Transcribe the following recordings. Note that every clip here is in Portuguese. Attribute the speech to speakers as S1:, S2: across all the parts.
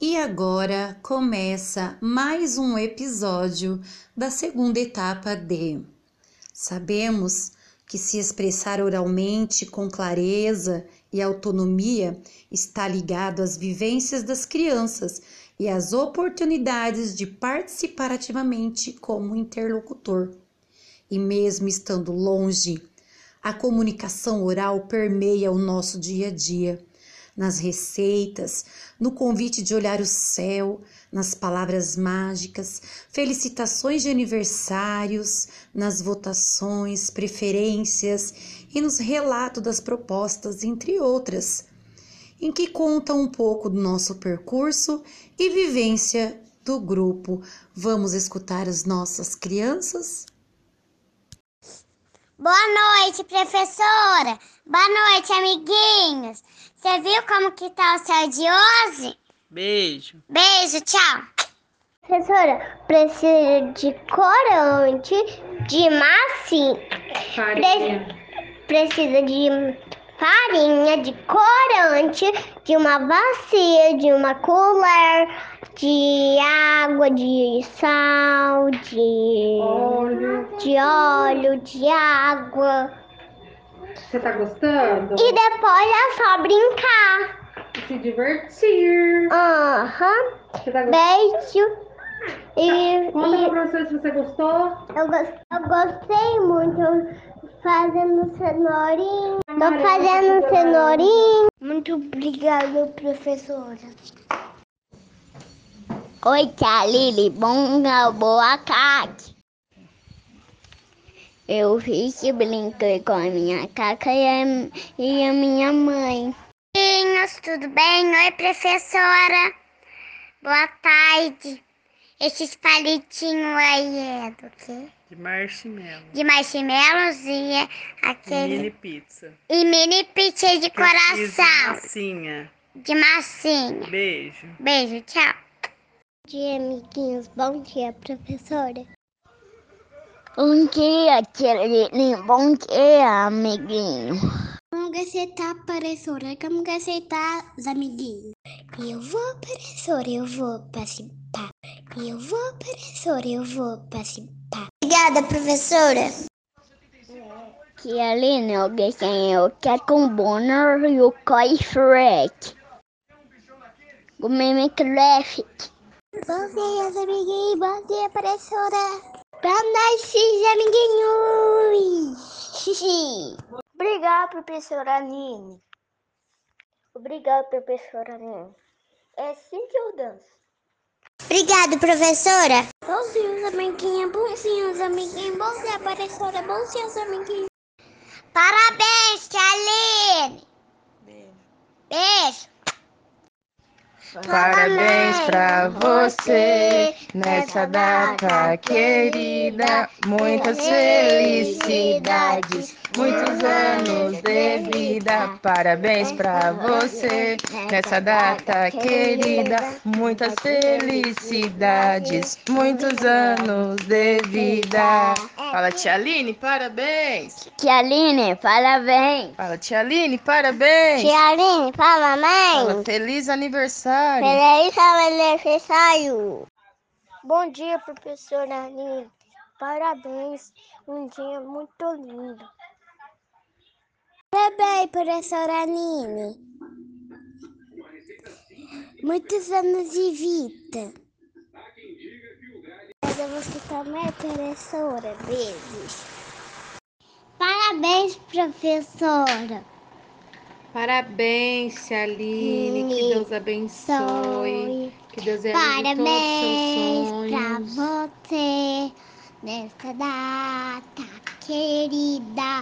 S1: E agora começa mais um episódio da segunda etapa de. Sabemos que se expressar oralmente com clareza e autonomia está ligado às vivências das crianças e às oportunidades de participar ativamente como interlocutor. E mesmo estando longe, a comunicação oral permeia o nosso dia a dia nas receitas, no convite de olhar o céu, nas palavras mágicas, felicitações de aniversários, nas votações, preferências e nos relatos das propostas, entre outras, em que conta um pouco do nosso percurso e vivência do grupo. Vamos escutar as nossas crianças?
S2: Boa noite, professora. Boa noite, amiguinhos. Você viu como que tá o céu de hoje?
S3: Beijo.
S2: Beijo, tchau.
S4: Professora, precisa de corante, de massinha,
S5: Farinha.
S4: precisa de farinha, de corante, de uma bacia, de uma colher, de água, de sal, de
S5: Olha,
S4: de óleo, de água.
S5: você tá gostando?
S4: E depois é só brincar.
S5: Se divertir.
S4: Aham.
S5: Você tá gostando?
S4: Beijo. E,
S5: Conta
S4: e
S5: pra professora se você gostou.
S4: eu, gos- eu gostei muito fazendo cenourinha. Tô fazendo cenourinha. Muito obrigada, professora.
S2: Oi, tia Lili. Bonga, boa tarde. Eu fiz e brinquei com a minha caca e a, e a minha mãe. Amiguinhos, tudo bem? Oi, professora. Boa tarde. Esses palitinhos aí é do quê?
S3: De marshmallow.
S2: De marshmallows e é aquele...
S3: Mini pizza. é
S2: E mini pizza de
S3: Preciso de
S2: coração,
S3: massinha.
S2: de massinha.
S3: Beijo.
S2: Beijo, tchau.
S4: Bom dia, amiguinhos. Bom dia, professora.
S2: Bom dia, Tirelin. Bom dia, amiguinho.
S4: Como que você tá, professora? Como que você tá, amiguinhos? Eu vou, professora, eu vou participar. Eu vou, professora, eu vou participar. Obrigada, professora.
S2: Tirelin, eu desenhei o
S4: é
S2: Cat com Bonner e o Koi Shrek. O Minecraft.
S4: Bom dia, amiguinhos. Bom dia, professora. Boa noite, amiguinhos. Obrigada, professora Nini. Obrigada, professora Nini. É assim que eu danço. Obrigada, professora. Bonzinhos, amiguinha. Bonzinhos, amiguinhos. Bom dia, professora. Bonzinhos, amiguinhos.
S2: Parabéns, Tirelin. Beijo.
S6: Parabéns pra você nessa data querida. Muitas felicidades, muitos anos de vida. Parabéns pra você nessa data querida. Muitas felicidades, muitos anos de vida. Fala, Tia Aline, parabéns.
S2: Tirelin, parabéns.
S6: Fala, Tia Aline, parabéns.
S4: Aline, fala, mãe.
S6: Fala, feliz aniversário.
S4: Feliz aniversário! Bom dia, professora Aline. Parabéns, um dia muito lindo. Parabéns, professora Aline. Muitos anos de vida. Mas eu vou ficar mais professora, beijos. Parabéns, professora.
S5: Parabéns, Aline. Que Deus abençoe. Que Deus realize é todos os seus
S4: Parabéns pra
S5: sonhos.
S4: você nesta data querida.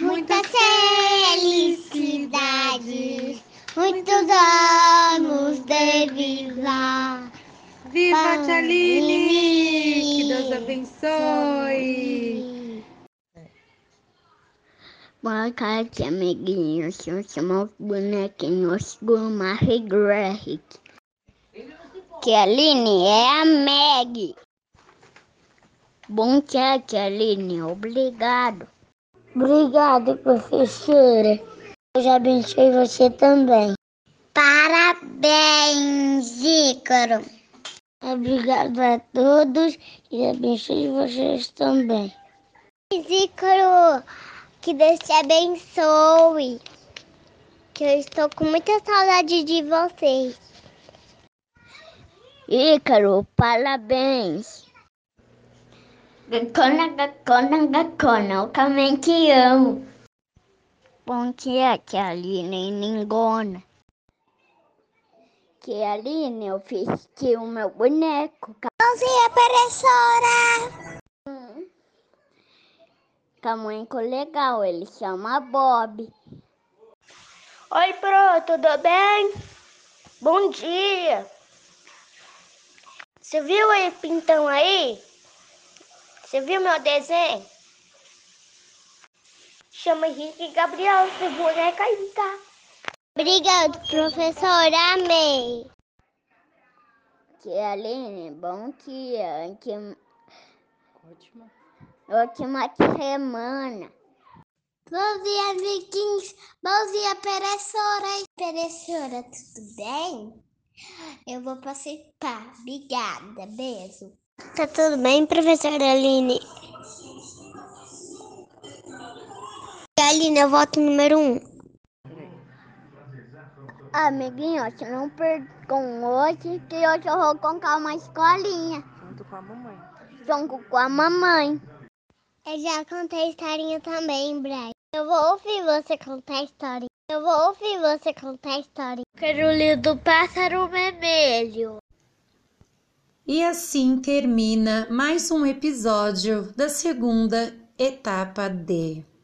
S4: Muitas
S5: Muitas
S4: felicidades,
S5: felicidades,
S4: muitos anos de vida.
S5: Viva, tia
S4: Aline.
S5: Aline. Que Deus abençoe.
S2: Boa tarde, amiguinhos. Eu chamo os bonequinhos do Marie Greg. Que Aline é a Meg. Bom dia, que Aline. Obrigado.
S4: Obrigada, professora. Eu já abençoe você também.
S2: Parabéns, Zico.
S4: Ícaro. Obrigado a todos e abençoe vocês também. Ícaro, que Deus te abençoe. Que eu estou com muita saudade de vocês. Ícaro, parabéns. Gacona, gacona, gacona, eu também te amo. Bom que é que a Aline ningona. Que a Aline, eu fiz que o meu boneco. Mãozinha, professora! Hum. Tamanho legal, ele chama Bob.
S7: Oi, Pro, tudo bem? Bom dia! Você viu ele pintão aí? Você viu meu desenho? Chama Henrique e Gabriel, seu boneco aí, tá?
S4: Obrigado, professora Amei. Que Aline, bom dia. Que... Ótima. Ótima semana. Bom dia, amiguinhos. Bom dia, professora. Professora, tudo bem? Eu vou participar. Obrigada. Beijo.
S7: Tá tudo bem, professora Aline?
S4: Aline, eu voto número um. Amiguinho, se não percam hoje, que hoje eu vou contar uma escolinha.
S3: Junto com a mamãe.
S4: Jongo com a mamãe. Eu já contei historinha também, Brian. Eu vou ouvir você contar a história. Eu vou ouvir você contar a história. Quero do pássaro vermelho.
S1: E assim termina mais um episódio da segunda etapa D.